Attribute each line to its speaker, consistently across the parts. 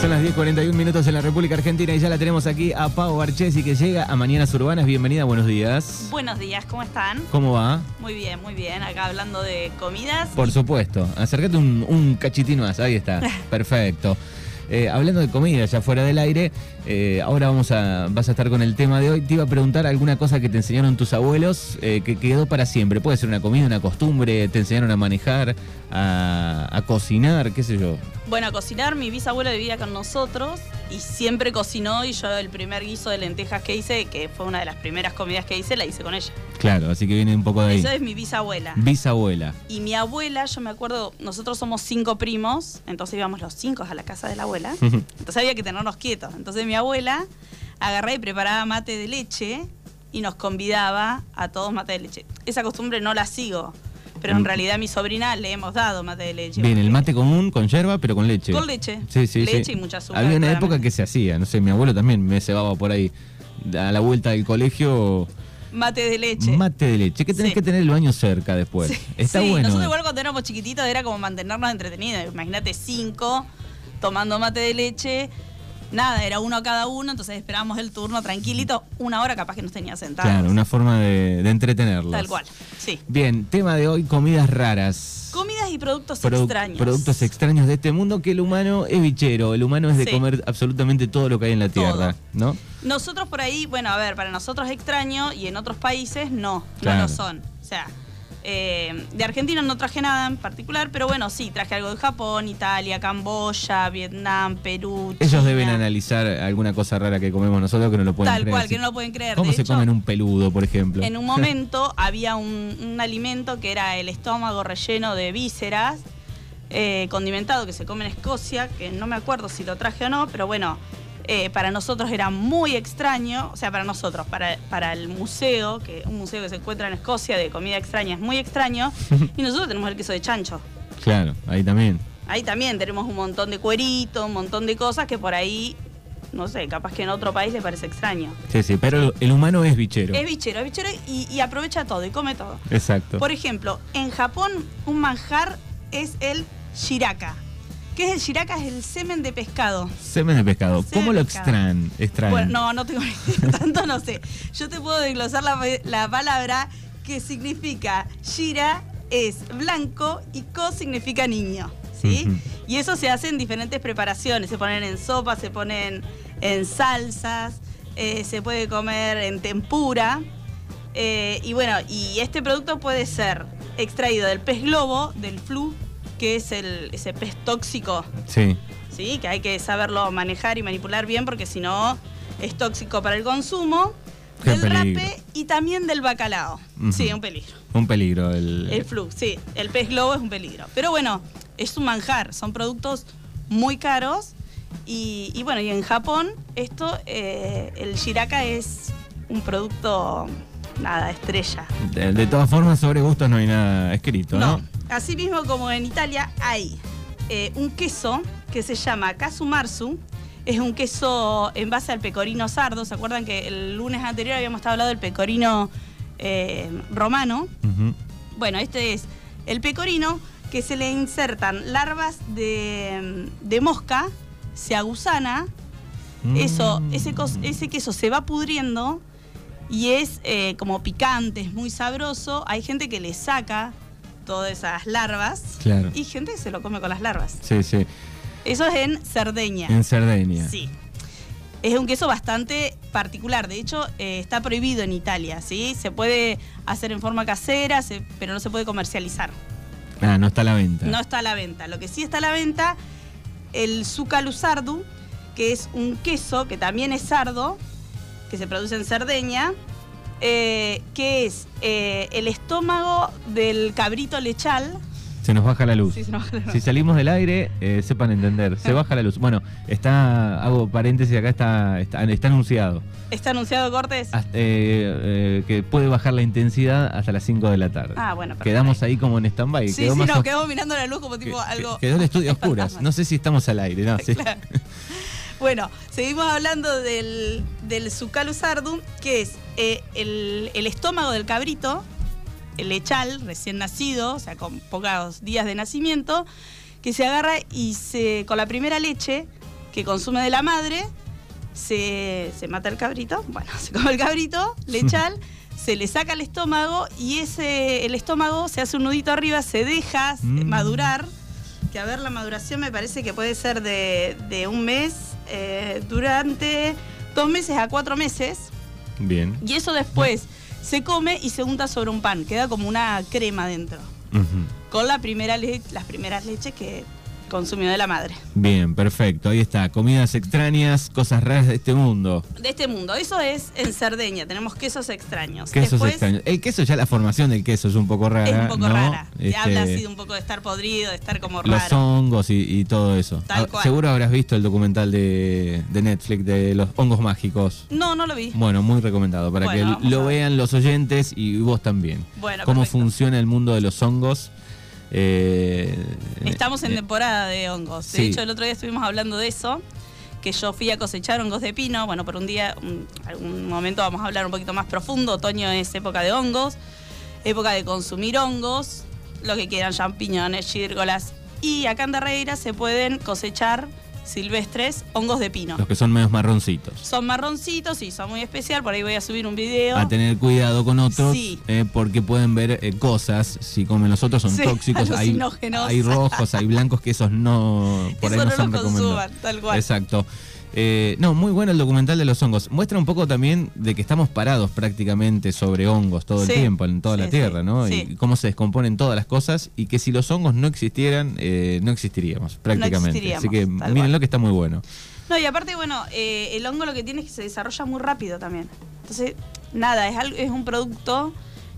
Speaker 1: Son las 10.41 minutos en la República Argentina y ya la tenemos aquí a Pau Barchesi que llega a Mañanas Urbanas. Bienvenida, buenos días.
Speaker 2: Buenos días, ¿cómo están?
Speaker 1: ¿Cómo va?
Speaker 2: Muy bien, muy bien. Acá hablando de comidas.
Speaker 1: Por supuesto. Acércate un, un cachitín más, ahí está. Perfecto. Eh, hablando de comida, ya fuera del aire, eh, ahora vamos a, vas a estar con el tema de hoy. Te iba a preguntar alguna cosa que te enseñaron tus abuelos eh, que quedó para siempre. Puede ser una comida, una costumbre, te enseñaron a manejar, a, a cocinar, qué sé yo.
Speaker 2: Bueno, cocinar, mi bisabuelo vivía con nosotros y siempre cocinó y yo el primer guiso de lentejas que hice, que fue una de las primeras comidas que hice, la hice con ella.
Speaker 1: Claro, así que viene un poco de ahí.
Speaker 2: Esa es mi bisabuela.
Speaker 1: Bisabuela.
Speaker 2: Y mi abuela, yo me acuerdo, nosotros somos cinco primos, entonces íbamos los cinco a la casa de la abuela. Entonces había que tenernos quietos. Entonces mi abuela agarraba y preparaba mate de leche y nos convidaba a todos mate de leche. Esa costumbre no la sigo, pero en realidad a mi sobrina le hemos dado mate de leche.
Speaker 1: Mm. Bien, el
Speaker 2: porque-
Speaker 1: mate común con yerba, pero con leche.
Speaker 2: Con leche.
Speaker 1: Sí, sí,
Speaker 2: Leche
Speaker 1: sí.
Speaker 2: y mucha azúcar,
Speaker 1: Había una época
Speaker 2: claramente.
Speaker 1: que se hacía, no sé, mi abuelo también me cebaba por ahí a la vuelta del colegio.
Speaker 2: Mate de leche.
Speaker 1: Mate de leche, que tenés
Speaker 2: Sí.
Speaker 1: que tener el baño cerca después. Está
Speaker 2: sí,
Speaker 1: bueno.
Speaker 2: Nosotros igual cuando éramos chiquititos era como mantenernos entretenidos. Imagínate cinco tomando mate de leche. Nada, era uno a cada uno, entonces esperábamos el turno tranquilito. Una hora capaz que nos tenía sentados.
Speaker 1: claro, una forma de, de entretenerlos.
Speaker 2: Tal cual, sí.
Speaker 1: Bien, tema de hoy, comidas raras.
Speaker 2: Comidas y productos
Speaker 1: Produ-
Speaker 2: extraños.
Speaker 1: Productos extraños de este mundo que el humano es bichero, el humano es de
Speaker 2: Sí.
Speaker 1: comer absolutamente todo lo que hay en la
Speaker 2: Todo.
Speaker 1: tierra, ¿no?
Speaker 2: Nosotros por ahí, bueno, a ver, para nosotros es extraño y en otros países no,
Speaker 1: Claro.
Speaker 2: no lo son. O sea, eh, de Argentina no traje nada en particular, pero bueno, sí, traje algo de Japón, Italia, Camboya, Vietnam, Perú.
Speaker 1: Ellos
Speaker 2: China.
Speaker 1: deben analizar alguna cosa rara que comemos nosotros que no lo pueden
Speaker 2: Tal
Speaker 1: creer.
Speaker 2: cual, que no lo pueden creer.
Speaker 1: ¿Cómo
Speaker 2: De
Speaker 1: se
Speaker 2: hecho,
Speaker 1: comen un peludo, por ejemplo?
Speaker 2: En un momento había un, un alimento que era el estómago relleno de vísceras, eh, condimentado que se come en Escocia, que no me acuerdo si lo traje o no, pero bueno, eh, para nosotros era muy extraño, o sea, para nosotros, para, para el museo, que un museo que se encuentra en Escocia de comida extraña es muy extraño, y nosotros tenemos el queso de chancho.
Speaker 1: Claro, ahí también.
Speaker 2: Ahí también tenemos un montón de cuerito, un montón de cosas que por ahí, no sé, capaz que en otro país le parece extraño.
Speaker 1: Sí, sí, pero el humano es bichero.
Speaker 2: Es bichero, es bichero y- y aprovecha todo y come todo.
Speaker 1: Exacto.
Speaker 2: Por ejemplo, en Japón un manjar es el shiraka. ¿Qué es el shiraka? Es el semen de pescado.
Speaker 1: Semen de pescado.
Speaker 2: Semen
Speaker 1: ¿Cómo
Speaker 2: de
Speaker 1: lo
Speaker 2: pescado.
Speaker 1: extraen? extraen?
Speaker 2: Bueno, no, no tengo ni idea, tanto no sé. Yo te puedo desglosar la, la palabra que significa shira es blanco y ko significa niño, ¿sí?
Speaker 1: Ujú.
Speaker 2: Y eso se hace en diferentes preparaciones, se ponen en sopa, se ponen en salsas, eh, se puede comer en tempura. Eh, y bueno, y este producto puede ser extraído del pez globo, del flu, que es el, ese pez tóxico
Speaker 1: Sí.
Speaker 2: ¿sí? que hay que saberlo manejar y manipular bien porque si no es tóxico para el consumo,
Speaker 1: Qué
Speaker 2: del
Speaker 1: peligro.
Speaker 2: rape y también del bacalao.
Speaker 1: Ujú.
Speaker 2: Sí, un peligro.
Speaker 1: Un peligro. El...
Speaker 2: El flu, sí, el pez globo es un peligro. Pero bueno, es un manjar, son productos muy caros y, y bueno, y en Japón esto, eh, el shiraka es un producto, nada, estrella.
Speaker 1: de, de todas formas, sobre gustos no hay nada escrito, ¿no?
Speaker 2: Así mismo como en Italia hay eh, un queso que se llama Casumarsu. Es un queso en base al pecorino sardo. ¿Se acuerdan que el lunes anterior habíamos estado hablando del pecorino eh, romano?
Speaker 1: Ujú.
Speaker 2: Bueno, este es el pecorino que se le insertan larvas de, de mosca, se agusana, eso,
Speaker 1: Mm.
Speaker 2: ese, cos- ese queso se va pudriendo y es eh, como picante, es muy sabroso. Hay gente que le saca todas esas larvas
Speaker 1: Claro.
Speaker 2: y gente que se lo come con las larvas.
Speaker 1: Sí, sí.
Speaker 2: Eso es en Cerdeña.
Speaker 1: En Cerdeña.
Speaker 2: Sí. Es un queso bastante particular, de hecho eh, está prohibido en Italia, ¿sí? Se puede hacer en forma casera, se- pero no se puede comercializar.
Speaker 1: Ah, no está a la venta.
Speaker 2: No está a la venta. Lo que sí está a la venta, el zucca luzardu, que es un queso que también es sardo, que se produce en Cerdeña, eh, que es eh, el estómago del cabrito lechal.
Speaker 1: Se nos baja la luz.
Speaker 2: Sí, se nos baja la luz.
Speaker 1: Si salimos del aire, eh, sepan entender. Se baja la luz. Bueno, está, hago paréntesis, acá está, está, está anunciado.
Speaker 2: Está anunciado cortes.
Speaker 1: Hasta- eh, eh, que puede bajar la intensidad hasta las 5 de la tarde.
Speaker 2: Ah, bueno, perfecto.
Speaker 1: Quedamos ahí como en stand-by.
Speaker 2: sí,
Speaker 1: quedó
Speaker 2: sí,
Speaker 1: más
Speaker 2: nos
Speaker 1: os-
Speaker 2: quedamos mirando la luz como tipo
Speaker 1: que-
Speaker 2: algo.
Speaker 1: que- Quedó el estudio a oscuras. No sé si estamos al aire. No, sí.
Speaker 2: Claro. Bueno, seguimos hablando del, del Zucalus ardum, que es eh, el, el estómago del cabrito, el lechal recién nacido, o sea, con pocos días de nacimiento, que se agarra y se, con la primera leche que consume de la madre, se, se mata el cabrito, bueno, se come el cabrito, lechal, se le saca el estómago y ese, el estómago se hace un nudito arriba, se deja se-
Speaker 1: Mm.
Speaker 2: madurar, que a ver, la maduración me parece que puede ser de, de un mes, eh, durante dos meses a cuatro meses,
Speaker 1: Bien.
Speaker 2: y eso después se come y se unta sobre un pan, queda como una crema dentro,
Speaker 1: Ujú.
Speaker 2: con la primera le- las primeras leches que consumió de la madre.
Speaker 1: Bien, perfecto. Ahí está. Comidas extrañas, cosas raras de este mundo.
Speaker 2: de este mundo. Eso es en Cerdeña, tenemos quesos extraños.
Speaker 1: Quesos
Speaker 2: Después,
Speaker 1: extraños. El queso, ya la formación del queso es un poco rara.
Speaker 2: Es un poco
Speaker 1: ¿no?
Speaker 2: rara.
Speaker 1: Este,
Speaker 2: Te habla así de un poco de estar podrido, de estar como
Speaker 1: los
Speaker 2: raro.
Speaker 1: hongos y, y todo eso.
Speaker 2: Tal
Speaker 1: Ah,
Speaker 2: cual.
Speaker 1: Seguro habrás visto el documental de, de Netflix de los hongos mágicos.
Speaker 2: No, no lo vi.
Speaker 1: Bueno, muy recomendado para
Speaker 2: Bueno,
Speaker 1: que
Speaker 2: vamos
Speaker 1: lo
Speaker 2: a ver.
Speaker 1: vean los oyentes y vos también.
Speaker 2: Bueno,
Speaker 1: Cómo
Speaker 2: perfecto.
Speaker 1: funciona el mundo de los hongos. Eh,
Speaker 2: Estamos en
Speaker 1: eh,
Speaker 2: temporada de hongos. De
Speaker 1: sí.
Speaker 2: hecho, el otro día estuvimos hablando de eso, que yo fui a cosechar hongos de pino. Bueno, por un día, un- algún momento vamos a hablar un poquito más profundo. Otoño es época de hongos, época de consumir hongos, lo que quieran, champiñones, chírgolas. Y acá en Darreira se pueden cosechar silvestres hongos de pino.
Speaker 1: Los que son medios marroncitos.
Speaker 2: Son marroncitos, sí, son muy especial. Por ahí voy a subir un video.
Speaker 1: A tener cuidado con otros
Speaker 2: Sí.
Speaker 1: eh, porque pueden ver eh, cosas. Si comen los otros son
Speaker 2: Sí,
Speaker 1: tóxicos. Hay,
Speaker 2: alucinógenos.
Speaker 1: hay rojos, hay blancos que esos no. Por
Speaker 2: Eso
Speaker 1: ahí no,
Speaker 2: no,
Speaker 1: son
Speaker 2: lo
Speaker 1: recomendados.
Speaker 2: consuman, tal cual.
Speaker 1: Exacto. Eh, no, muy bueno el documental de los hongos. Muestra un poco también de que estamos parados prácticamente sobre hongos todo
Speaker 2: Sí,
Speaker 1: el tiempo, en toda
Speaker 2: sí,
Speaker 1: la Tierra,
Speaker 2: sí,
Speaker 1: ¿no?
Speaker 2: sí.
Speaker 1: Y cómo se descomponen todas las cosas y que si los hongos no existieran, eh, no existiríamos prácticamente. Así que
Speaker 2: existiríamos, tal
Speaker 1: mírenlo
Speaker 2: cual.
Speaker 1: que está muy bueno.
Speaker 2: No, y aparte, bueno, eh, el hongo lo que tiene es que se desarrolla muy rápido también. Entonces, nada, es, algo, es un producto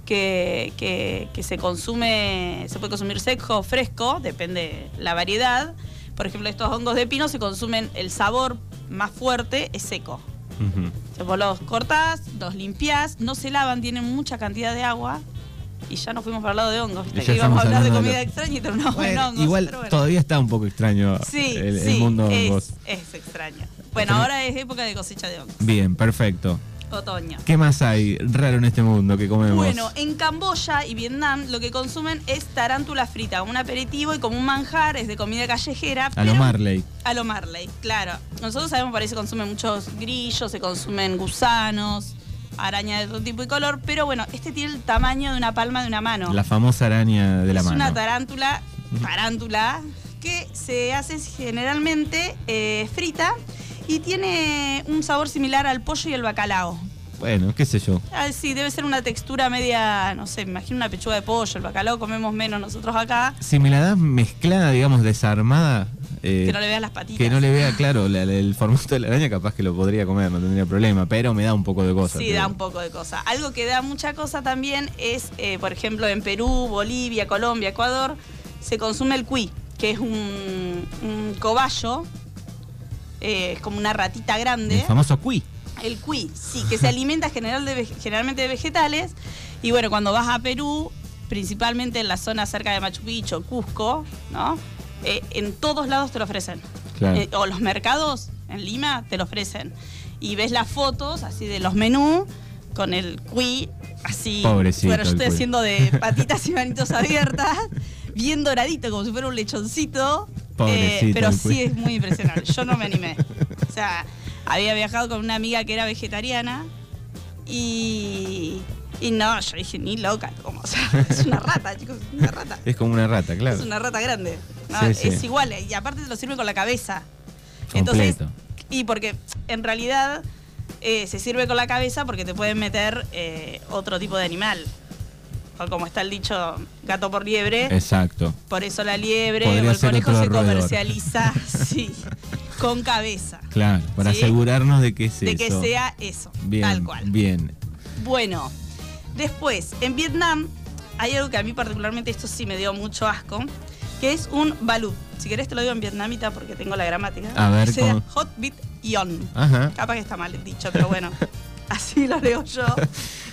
Speaker 2: que, que- que se consume, se puede consumir seco o fresco, depende la variedad. Por ejemplo, estos hongos de pino se consumen, el sabor más fuerte es seco.
Speaker 1: Ujú.
Speaker 2: O sea, vos los cortás, los limpiás, no se lavan, tienen mucha cantidad de agua. Y ya nos fuimos para el lado de hongos,
Speaker 1: Y
Speaker 2: ¿viste?
Speaker 1: ya
Speaker 2: Que íbamos a
Speaker 1: estamos
Speaker 2: hablar de
Speaker 1: hablando de
Speaker 2: comida
Speaker 1: lo-
Speaker 2: extraña y terminamos en
Speaker 1: Bueno,
Speaker 2: hongos.
Speaker 1: igual
Speaker 2: pero bueno.
Speaker 1: todavía está un poco extraño
Speaker 2: Sí,
Speaker 1: el, el
Speaker 2: sí,
Speaker 1: mundo
Speaker 2: es,
Speaker 1: hongos.
Speaker 2: es extraño. Bueno,
Speaker 1: Tenés-
Speaker 2: ahora es época de cosecha de hongos,
Speaker 1: Bien, perfecto.
Speaker 2: otoño.
Speaker 1: ¿Qué más hay raro en este mundo que comemos?
Speaker 2: Bueno, en Camboya y Vietnam lo que consumen es tarántula frita, un aperitivo y como un manjar, es de comida callejera.
Speaker 1: a lo
Speaker 2: pero-
Speaker 1: Marley.
Speaker 2: A lo Marley, claro. Nosotros sabemos por ahí se consumen muchos grillos, se consumen gusanos, arañas de todo tipo y color, pero bueno, este tiene el tamaño de una palma de una mano.
Speaker 1: La famosa araña de la
Speaker 2: es
Speaker 1: mano.
Speaker 2: una tarántula, tarántula, que se hace generalmente eh, frita y tiene un sabor similar al pollo y el bacalao.
Speaker 1: Bueno, qué sé yo.
Speaker 2: Ah, sí, debe ser una textura media, no sé, me imagino una pechuga de pollo, el bacalao comemos menos nosotros acá,
Speaker 1: Si me la das mezclada, digamos, desarmada, eh,
Speaker 2: que no le veas las patitas.
Speaker 1: que no le vea claro la- la- el formato de la araña, capaz que lo podría comer, no tendría problema, pero me da un poco de cosa.
Speaker 2: Sí,
Speaker 1: pero-
Speaker 2: da un poco de cosa. Algo que da mucha cosa también es, eh, por ejemplo, en Perú, Bolivia, Colombia, Ecuador, se consume el cuy, que es un, un cobayo, eh, es como una ratita grande.
Speaker 1: El famoso cuí.
Speaker 2: El cuy, sí, que se alimenta general de vege- generalmente de vegetales. Y bueno, cuando vas a Perú, principalmente en la zona cerca de Machu Picchu, Cusco, ¿no? Eh, en todos lados te lo ofrecen.
Speaker 1: Claro.
Speaker 2: Eh, o los mercados en Lima te lo ofrecen. Y ves las fotos así de los menús con el cuy así.
Speaker 1: Pobrecito
Speaker 2: Bueno, yo
Speaker 1: el
Speaker 2: estoy
Speaker 1: cuy.
Speaker 2: haciendo de patitas y manitos abiertas, bien doradito, como si fuera un lechoncito. eh,
Speaker 1: Pobrecito
Speaker 2: pero
Speaker 1: el cuy.
Speaker 2: sí es muy impresionante. Yo no me animé. O sea, había viajado con una amiga que era vegetariana y. Y no, yo dije, ni loca, como, o sea, es una rata, chicos, es una rata.
Speaker 1: Es como una rata, claro.
Speaker 2: Es una rata grande. ¿no?
Speaker 1: Sí, sí.
Speaker 2: Es igual, y aparte te lo sirve con la cabeza. Entonces,
Speaker 1: Completo.
Speaker 2: y porque en realidad eh, se sirve con la cabeza porque te pueden meter eh, otro tipo de animal. O como está el dicho, gato por liebre.
Speaker 1: Exacto.
Speaker 2: Por eso la liebre
Speaker 1: Podría
Speaker 2: o el
Speaker 1: ser
Speaker 2: conejo
Speaker 1: otro
Speaker 2: se
Speaker 1: roedor.
Speaker 2: comercializa, sí, con cabeza.
Speaker 1: Claro, para
Speaker 2: Sí.
Speaker 1: asegurarnos de que es
Speaker 2: de
Speaker 1: eso.
Speaker 2: que sea eso,
Speaker 1: bien,
Speaker 2: tal cual.
Speaker 1: Bien.
Speaker 2: Bueno, después, en Vietnam hay algo que a mí particularmente esto sí me dio mucho asco, que es un balut. Si querés te lo digo en vietnamita porque tengo la gramática.
Speaker 1: A ver,
Speaker 2: Sea
Speaker 1: ¿cómo?
Speaker 2: hot bit yon.
Speaker 1: Ajá.
Speaker 2: Capaz que está mal dicho, pero bueno, así lo leo yo.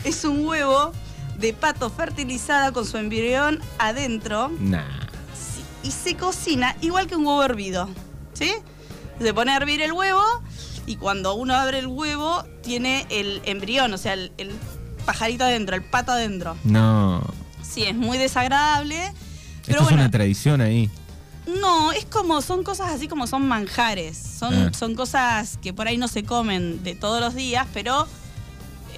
Speaker 2: Es un huevo de pato fertilizada con su embrión adentro
Speaker 1: Nah.
Speaker 2: sí, y se cocina igual que un huevo hervido, ¿sí? Se pone a hervir el huevo y cuando uno abre el huevo tiene el embrión, o sea, el, el pajarito adentro, el pato adentro.
Speaker 1: No.
Speaker 2: Sí, es muy desagradable,
Speaker 1: Esto
Speaker 2: pero
Speaker 1: es
Speaker 2: bueno,
Speaker 1: una tradición ahí.
Speaker 2: No, es como, son cosas así como son manjares. Son,
Speaker 1: Ah.
Speaker 2: son cosas que por ahí no se comen de todos los días, pero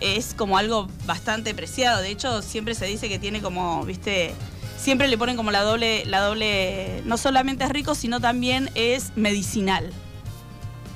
Speaker 2: es como algo bastante preciado. De hecho, siempre se dice que tiene como, viste, siempre le ponen como la doble, la doble, no solamente es rico, sino también es medicinal.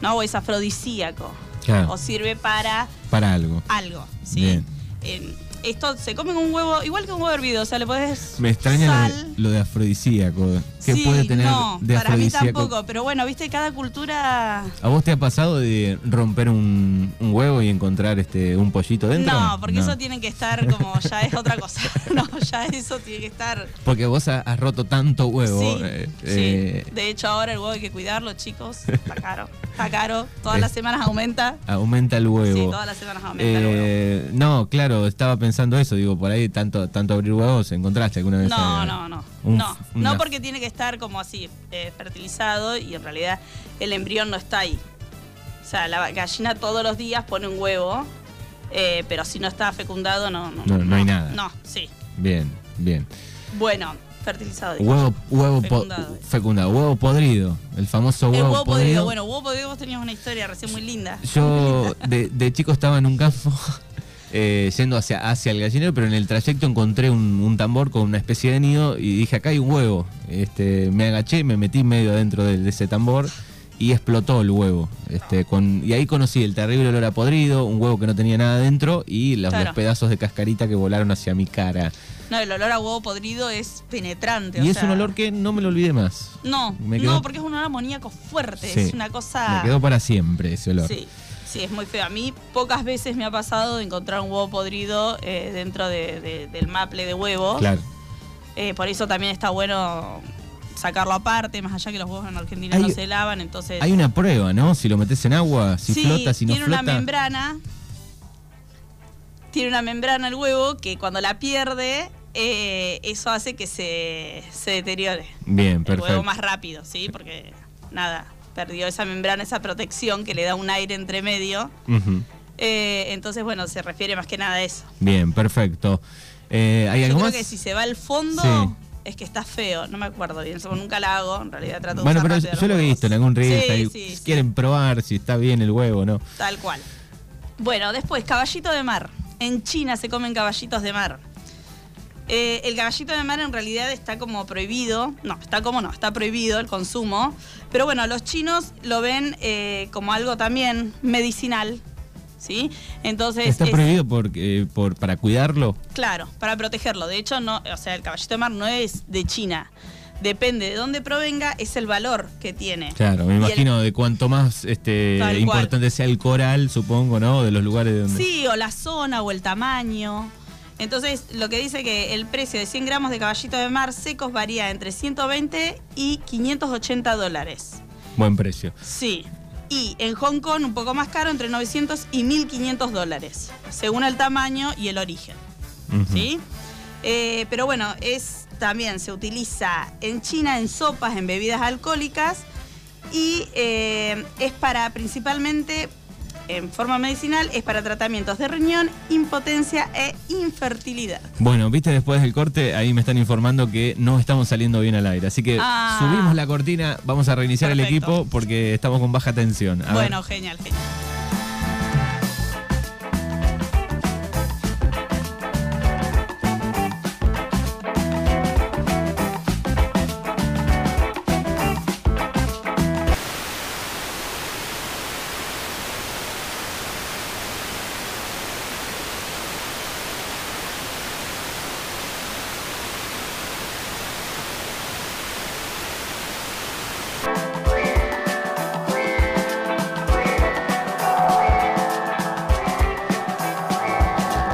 Speaker 2: ¿No? O es afrodisíaco.
Speaker 1: Claro.
Speaker 2: O sirve para
Speaker 1: Para algo.
Speaker 2: algo. ¿sí?
Speaker 1: Ah. Bien.
Speaker 2: Eh, esto se come con un huevo, igual que un huevo hervido, o sea, le podés.
Speaker 1: Me extraña lo de-
Speaker 2: sal.
Speaker 1: lo de afrodisíaco. ¿Qué
Speaker 2: Sí,
Speaker 1: puede tener
Speaker 2: no,
Speaker 1: de
Speaker 2: para mí
Speaker 1: afrodisíaco?
Speaker 2: tampoco, pero bueno, viste, cada cultura.
Speaker 1: ¿A vos te ha pasado de romper un, un huevo y encontrar este un pollito dentro?
Speaker 2: No, porque
Speaker 1: No.
Speaker 2: eso tiene que estar como ya es otra cosa. No, ya eso tiene que estar.
Speaker 1: Porque vos ha- has roto tanto huevo.
Speaker 2: sí,
Speaker 1: eh,
Speaker 2: sí.
Speaker 1: eh,
Speaker 2: De hecho, ahora el huevo hay que cuidarlo, chicos. Está caro. Está caro. Todas
Speaker 1: Es-
Speaker 2: las semanas aumenta.
Speaker 1: aumenta el huevo.
Speaker 2: Sí, todas las semanas aumenta el huevo.
Speaker 1: Eh, No, claro, estaba pensando eso. Digo, por ahí tanto, tanto abrir huevos, ¿encontraste alguna vez?
Speaker 2: No,
Speaker 1: eh,
Speaker 2: no, no.
Speaker 1: un-
Speaker 2: no,
Speaker 1: una-
Speaker 2: no porque tiene que estar como así, eh, fertilizado y en realidad el embrión no está ahí. O sea, la gallina todos los días pone un huevo, eh, pero si no está fecundado, no. No,
Speaker 1: No, no hay nada.
Speaker 2: No, sí.
Speaker 1: Bien, bien.
Speaker 2: Bueno, fertilizado. digo.
Speaker 1: Huevo, huevo po-
Speaker 2: Fecundado. eh.
Speaker 1: fecundado, huevo podrido, el famoso
Speaker 2: El
Speaker 1: huevo,
Speaker 2: huevo podrido. Bueno, huevo podrido vos tenías una historia recién muy linda.
Speaker 1: Yo de, de chico estaba en un campo eh, yendo hacia, hacia el gallinero, pero en el trayecto encontré un, un tambor con una especie de nido y dije, acá hay un huevo. Este, me agaché, me metí medio adentro de, de ese tambor y explotó el huevo. Este, con, y ahí conocí el terrible olor a podrido, un huevo que no tenía nada adentro y los,
Speaker 2: Claro.
Speaker 1: los pedazos de cascarita que volaron hacia mi cara.
Speaker 2: No, el olor a huevo podrido es penetrante.
Speaker 1: Y
Speaker 2: o
Speaker 1: es
Speaker 2: sea-
Speaker 1: un olor que no me lo olvidé más.
Speaker 2: No,
Speaker 1: Me quedó-
Speaker 2: no, porque es un olor amoníaco fuerte.
Speaker 1: Sí.
Speaker 2: Es una cosa.
Speaker 1: Me quedó para siempre ese olor.
Speaker 2: Sí, sí, es muy feo. A mí pocas veces me ha pasado de encontrar un huevo podrido eh, dentro de- de- del maple de huevo.
Speaker 1: Claro.
Speaker 2: Eh, por eso también está bueno sacarlo aparte, más allá que los huevos en Argentina
Speaker 1: Hay-
Speaker 2: no se lavan, entonces...
Speaker 1: Hay una prueba, ¿no? Si lo metes en agua, si
Speaker 2: eh, sí,
Speaker 1: flota, si no
Speaker 2: tiene
Speaker 1: flota.
Speaker 2: una membrana. Tiene una membrana el huevo que cuando la pierde, eh, eso hace que se, se deteriore.
Speaker 1: Bien,
Speaker 2: el
Speaker 1: perfecto.
Speaker 2: huevo más rápido, ¿sí? Porque nada, perdió esa membrana, esa protección que le da un aire entre medio.
Speaker 1: Ujú.
Speaker 2: Eh, entonces, bueno, se refiere más que nada a eso.
Speaker 1: Bien, perfecto. Eh, ¿Hay
Speaker 2: Yo
Speaker 1: algo
Speaker 2: creo
Speaker 1: más?
Speaker 2: que si se va al fondo,
Speaker 1: Sí.
Speaker 2: es que está feo. No me acuerdo bien, eso nunca la hago. En realidad trato de
Speaker 1: bueno,
Speaker 2: usar
Speaker 1: pero
Speaker 2: más
Speaker 1: yo,
Speaker 2: de
Speaker 1: yo lo he
Speaker 2: huevos.
Speaker 1: visto en algún reel.
Speaker 2: Sí,
Speaker 1: ahí,
Speaker 2: sí,
Speaker 1: si
Speaker 2: sí,
Speaker 1: quieren probar si está bien el huevo, ¿no?
Speaker 2: Tal cual. Bueno, después, caballito de mar. En China se comen caballitos de mar. Eh, el caballito de mar en realidad está como prohibido. No, está como no, está prohibido el consumo. Pero bueno, los chinos lo ven eh, como algo también medicinal. ¿Sí? Entonces.
Speaker 1: está
Speaker 2: es-
Speaker 1: prohibido porque, eh, por, para cuidarlo.
Speaker 2: Claro, para protegerlo. De hecho, no, o sea, el caballito de mar no es de China. Depende de dónde provenga, es el valor que tiene.
Speaker 1: Claro, me
Speaker 2: Y el-
Speaker 1: imagino de cuanto más este,
Speaker 2: Tal cual.
Speaker 1: importante sea el coral, supongo, ¿no? De los lugares de donde.
Speaker 2: Sí, o la zona o el tamaño. Entonces, lo que dice que el precio de 100 gramos de caballito de mar secos varía entre 120 y 580 dólares.
Speaker 1: Buen precio.
Speaker 2: Sí. Y en Hong Kong un poco más caro, entre 900 y 1500 dólares, según el tamaño y el origen.
Speaker 1: Ujú.
Speaker 2: ¿sí? Eh, pero bueno, es también se utiliza en China en sopas, en bebidas alcohólicas y eh, es para principalmente en forma medicinal, es para tratamientos de riñón, impotencia e infertilidad.
Speaker 1: Bueno, viste después del corte, ahí me están informando que no estamos saliendo bien al aire. Así que
Speaker 2: Ah.
Speaker 1: subimos la cortina, vamos a reiniciar el
Speaker 2: Perfecto.
Speaker 1: equipo porque estamos con baja tensión. A ver.
Speaker 2: bueno, genial, genial.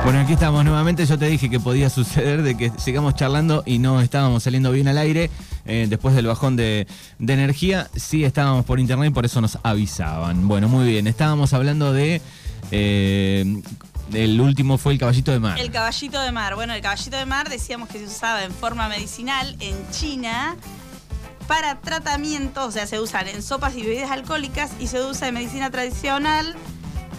Speaker 1: Bueno, aquí estamos nuevamente. Yo te dije que podía suceder de que sigamos charlando y no estábamos saliendo bien al aire. Eh, después del bajón de, de energía, sí estábamos por internet y por eso nos avisaban. Bueno, muy bien. Estábamos hablando de. eh, el último fue el caballito de mar.
Speaker 2: El caballito de mar. Bueno, el caballito de mar decíamos que se usaba en forma medicinal en China para tratamientos, o sea, se usan en sopas y bebidas alcohólicas y se usa en medicina tradicional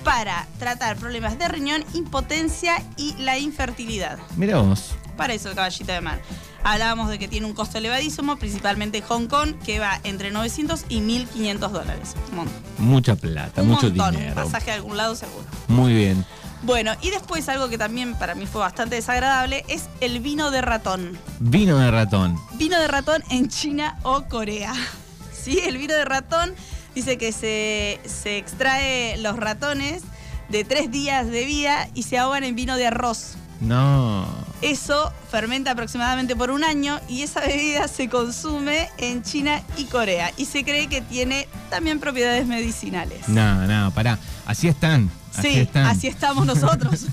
Speaker 2: para tratar problemas de riñón, impotencia y la infertilidad.
Speaker 1: Mirá vos.
Speaker 2: Para eso el caballito de mar. Hablábamos de que tiene un costo elevadísimo, principalmente Hong Kong, que va entre 900 y 1.500 dólares. Un montón.
Speaker 1: Mucha plata,
Speaker 2: Un
Speaker 1: mucho
Speaker 2: montón, un
Speaker 1: dinero.
Speaker 2: pasaje a algún lado seguro.
Speaker 1: Muy bien.
Speaker 2: Bueno, y después algo que también para mí fue bastante desagradable es el vino de ratón.
Speaker 1: Vino de ratón.
Speaker 2: Vino de ratón en China o Corea. Sí, el vino de ratón dice que se, se extrae los ratones de tres días de vida y se ahogan en vino de arroz.
Speaker 1: No.
Speaker 2: Eso fermenta aproximadamente por un año y esa bebida se consume en China y Corea. Y se cree que tiene también propiedades medicinales.
Speaker 1: No, no, pará. Así están. Así
Speaker 2: Sí,
Speaker 1: están.
Speaker 2: así estamos nosotros.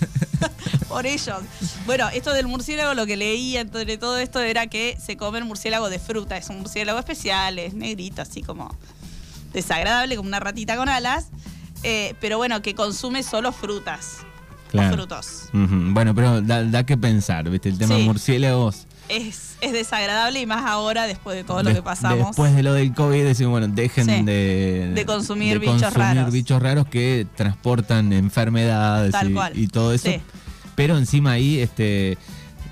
Speaker 2: Por ellos. Bueno, esto del murciélago, lo que leía entre todo esto era que se come el murciélago de fruta. Es un murciélago especial, es negrito, así como desagradable, como una ratita con alas. Eh, pero bueno, que consume solo frutas.
Speaker 1: Claro.
Speaker 2: O frutos.
Speaker 1: Ujú. Bueno, pero da, da que pensar, ¿viste? El tema
Speaker 2: Sí.
Speaker 1: murciélagos.
Speaker 2: Es, es desagradable y más ahora, después de todo lo
Speaker 1: Des-
Speaker 2: que pasamos.
Speaker 1: Después de lo del COVID, decimos, bueno, dejen
Speaker 2: Sí.
Speaker 1: de,
Speaker 2: De
Speaker 1: de
Speaker 2: consumir bichos
Speaker 1: consumir
Speaker 2: raros.
Speaker 1: bichos raros que transportan enfermedades
Speaker 2: Tal
Speaker 1: y,
Speaker 2: cual.
Speaker 1: y todo eso.
Speaker 2: Sí.
Speaker 1: Pero encima ahí, este.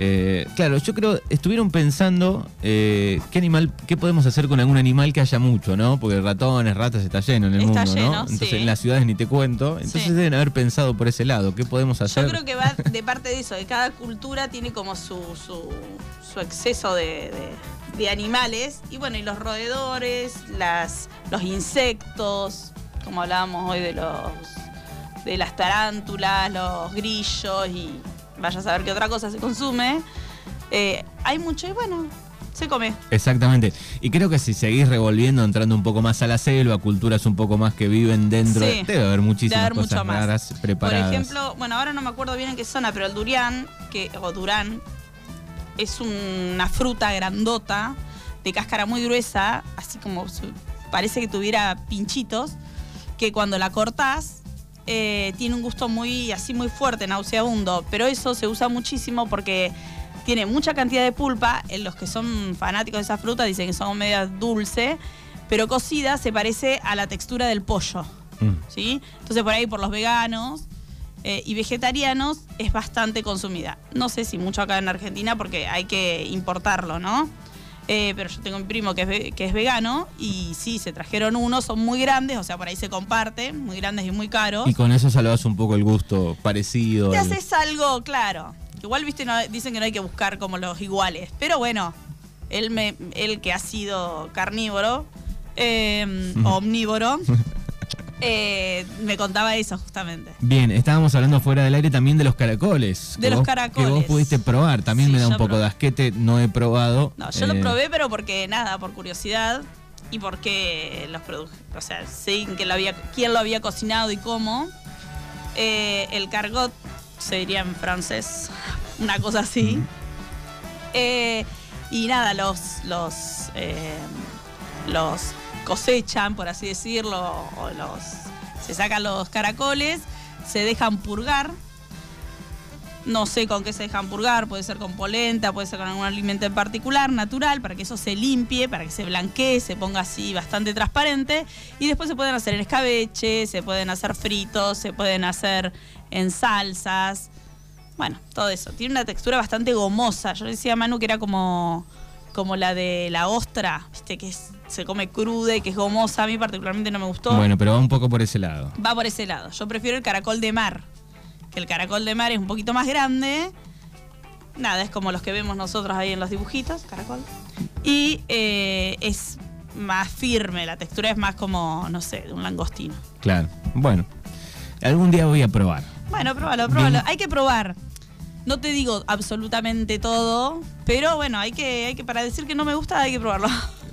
Speaker 1: eh, claro, yo creo, estuvieron pensando eh, qué animal, qué podemos hacer con algún animal que haya mucho, ¿no? Porque ratones, ratas está lleno en el
Speaker 2: Está
Speaker 1: mundo,
Speaker 2: lleno,
Speaker 1: ¿no? Entonces
Speaker 2: sí.
Speaker 1: en las ciudades ni te cuento. Entonces
Speaker 2: Sí.
Speaker 1: deben haber pensado por ese lado, ¿qué podemos hacer?
Speaker 2: Yo creo que va de parte de eso, de cada cultura tiene como su, su, su exceso de, de- de animales. Y bueno, y los roedores, las, los insectos, como hablábamos hoy de los de las tarántulas, los grillos y vaya a saber qué otra cosa se consume. Eh, hay mucho y bueno, se come.
Speaker 1: Exactamente. Y creo que si seguís revolviendo, entrando un poco más a la selva, culturas un poco más que viven dentro,
Speaker 2: Sí.
Speaker 1: debe haber muchísimas
Speaker 2: Debe haber
Speaker 1: cosas
Speaker 2: mucho más.
Speaker 1: raras preparadas.
Speaker 2: Por ejemplo, bueno, ahora no me acuerdo bien en qué zona, pero el durián, que, o durán, es una fruta grandota, de cáscara muy gruesa, así como su- parece que tuviera pinchitos, que cuando la cortás eh, tiene un gusto muy, así muy fuerte, nauseabundo, pero eso se usa muchísimo porque tiene mucha cantidad de pulpa, en los que son fanáticos de esa fruta dicen que son media dulce, pero cocida se parece a la textura del pollo.
Speaker 1: Mm.
Speaker 2: ¿sí? Entonces por ahí por los veganos eh, y vegetarianos es bastante consumida. No sé si mucho acá en Argentina porque hay que importarlo, ¿no? Eh, pero yo tengo un primo que es, ve- que es vegano y sí, se trajeron uno, son muy grandes, o sea, por ahí se comparten, muy grandes y muy caros.
Speaker 1: Y con eso salvas un poco el gusto parecido.
Speaker 2: Te
Speaker 1: al-
Speaker 2: haces algo, claro. Igual, viste, no- dicen que no hay que buscar como los iguales. Pero bueno, él, me, él que ha sido carnívoro, eh, o omnívoro, eh, me contaba eso justamente.
Speaker 1: Bien, estábamos hablando fuera del aire también de los caracoles.
Speaker 2: De
Speaker 1: que
Speaker 2: los
Speaker 1: vos-
Speaker 2: caracoles.
Speaker 1: Que vos pudiste probar. También
Speaker 2: Sí,
Speaker 1: me da un
Speaker 2: yo
Speaker 1: poco
Speaker 2: probé.
Speaker 1: de asquete, no he probado.
Speaker 2: No, yo
Speaker 1: Eh,
Speaker 2: lo probé, pero porque nada, por curiosidad y porque los produje. O sea, sin que lo había, quién lo había cocinado y cómo. Eh, el cargot, se diría en francés, una cosa así. Eh, y nada, los, los, eh, los cosechan, por así decirlo, o los, se sacan los caracoles, se dejan purgar. No sé con qué se dejan purgar, puede ser con polenta, puede ser con algún alimento en particular, natural, para que eso se limpie, para que se blanquee, se ponga así bastante transparente. Y después se pueden hacer en escabeche, se pueden hacer fritos, se pueden hacer en salsas. Bueno, todo eso. Tiene una textura bastante gomosa. Yo le decía a Manu que era como, como la de la ostra, viste, que es- se come cruda y que es gomosa. A mí particularmente no me gustó
Speaker 1: Bueno, pero va un poco por ese lado.
Speaker 2: va por ese lado. Yo prefiero el caracol de mar, que el caracol de mar es un poquito más grande. Nada, es como los que vemos nosotros ahí en los dibujitos, caracol. Y eh, es más firme, la textura es más como, no sé, de un langostino.
Speaker 1: Claro. Bueno, algún día voy a probar.
Speaker 2: Bueno, pruébalo, pruébalo.
Speaker 1: Bien.
Speaker 2: Hay que probar. No te digo absolutamente todo, pero bueno, hay que, hay que, para decir que no me gusta, hay que probarlo.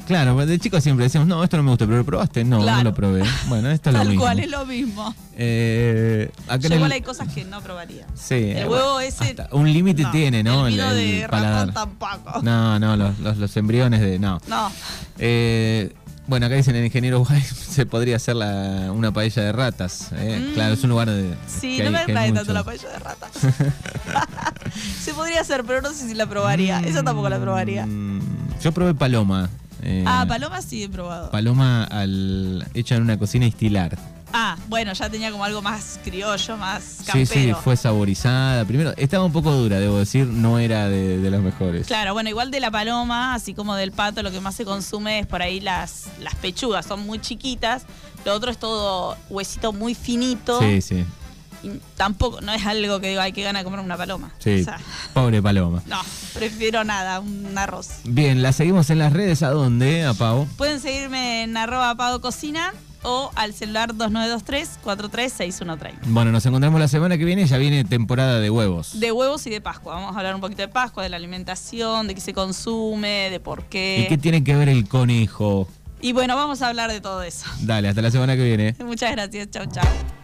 Speaker 1: Claro, de chicos siempre decimos, no, esto no me gusta, pero lo probaste. No, no
Speaker 2: Claro.
Speaker 1: lo probé. Bueno, esto es lo
Speaker 2: Tal
Speaker 1: mismo.
Speaker 2: cual, es lo mismo.
Speaker 1: Eh, acá en
Speaker 2: Yo
Speaker 1: el-
Speaker 2: igual hay cosas que no probaría.
Speaker 1: Sí,
Speaker 2: El
Speaker 1: eh,
Speaker 2: huevo
Speaker 1: bueno,
Speaker 2: ese.
Speaker 1: hasta un límite tiene, ¿no?
Speaker 2: El vino
Speaker 1: el- el
Speaker 2: de
Speaker 1: paladar.
Speaker 2: ratón tampoco.
Speaker 1: No, no, los, los, los embriones de. No.
Speaker 2: No,
Speaker 1: Eh, bueno, acá dicen el ingeniero Guay, se podría hacer la- una paella de ratas. eh.
Speaker 2: Mm.
Speaker 1: Claro, es un lugar de.
Speaker 2: sí,
Speaker 1: que
Speaker 2: no
Speaker 1: hay-
Speaker 2: me
Speaker 1: que hay
Speaker 2: atrae tanto
Speaker 1: mucho.
Speaker 2: la paella de ratas. Se podría hacer, pero no sé si la probaría. Esa tampoco la probaría.
Speaker 1: Mm, Yo probé paloma. eh,
Speaker 2: Ah, paloma sí he probado.
Speaker 1: Paloma al, hecha en una cocina estilar.
Speaker 2: Ah, bueno, ya tenía como algo más criollo, más
Speaker 1: Sí,
Speaker 2: campero.
Speaker 1: sí, fue saborizada. Primero, estaba un poco dura, debo decir, no era de, de los mejores.
Speaker 2: Claro, bueno, igual de la paloma, así como del pato, lo que más se consume es por ahí las, las pechugas, son muy chiquitas. Lo otro es todo huesito muy finito.
Speaker 1: Sí, sí,
Speaker 2: Y tampoco, no es algo que digo, hay que gana de comer una paloma.
Speaker 1: sí.
Speaker 2: O sea,
Speaker 1: Pobre paloma.
Speaker 2: no, prefiero nada, un arroz.
Speaker 1: Bien, la seguimos en las redes, ¿a dónde, a Pau?
Speaker 2: Pueden seguirme en arroba pago cocina o al celular 2923-436130.
Speaker 1: Bueno, nos encontramos la semana que viene, ya viene temporada de huevos.
Speaker 2: De huevos y de Pascua. Vamos a hablar un poquito de Pascua, de la alimentación, de qué se consume, de por
Speaker 1: ¿Y qué
Speaker 2: qué.
Speaker 1: tiene que ver el conejo?
Speaker 2: Y bueno, vamos a hablar de todo eso.
Speaker 1: Dale, hasta la semana que viene.
Speaker 2: Muchas gracias. Chau, chau.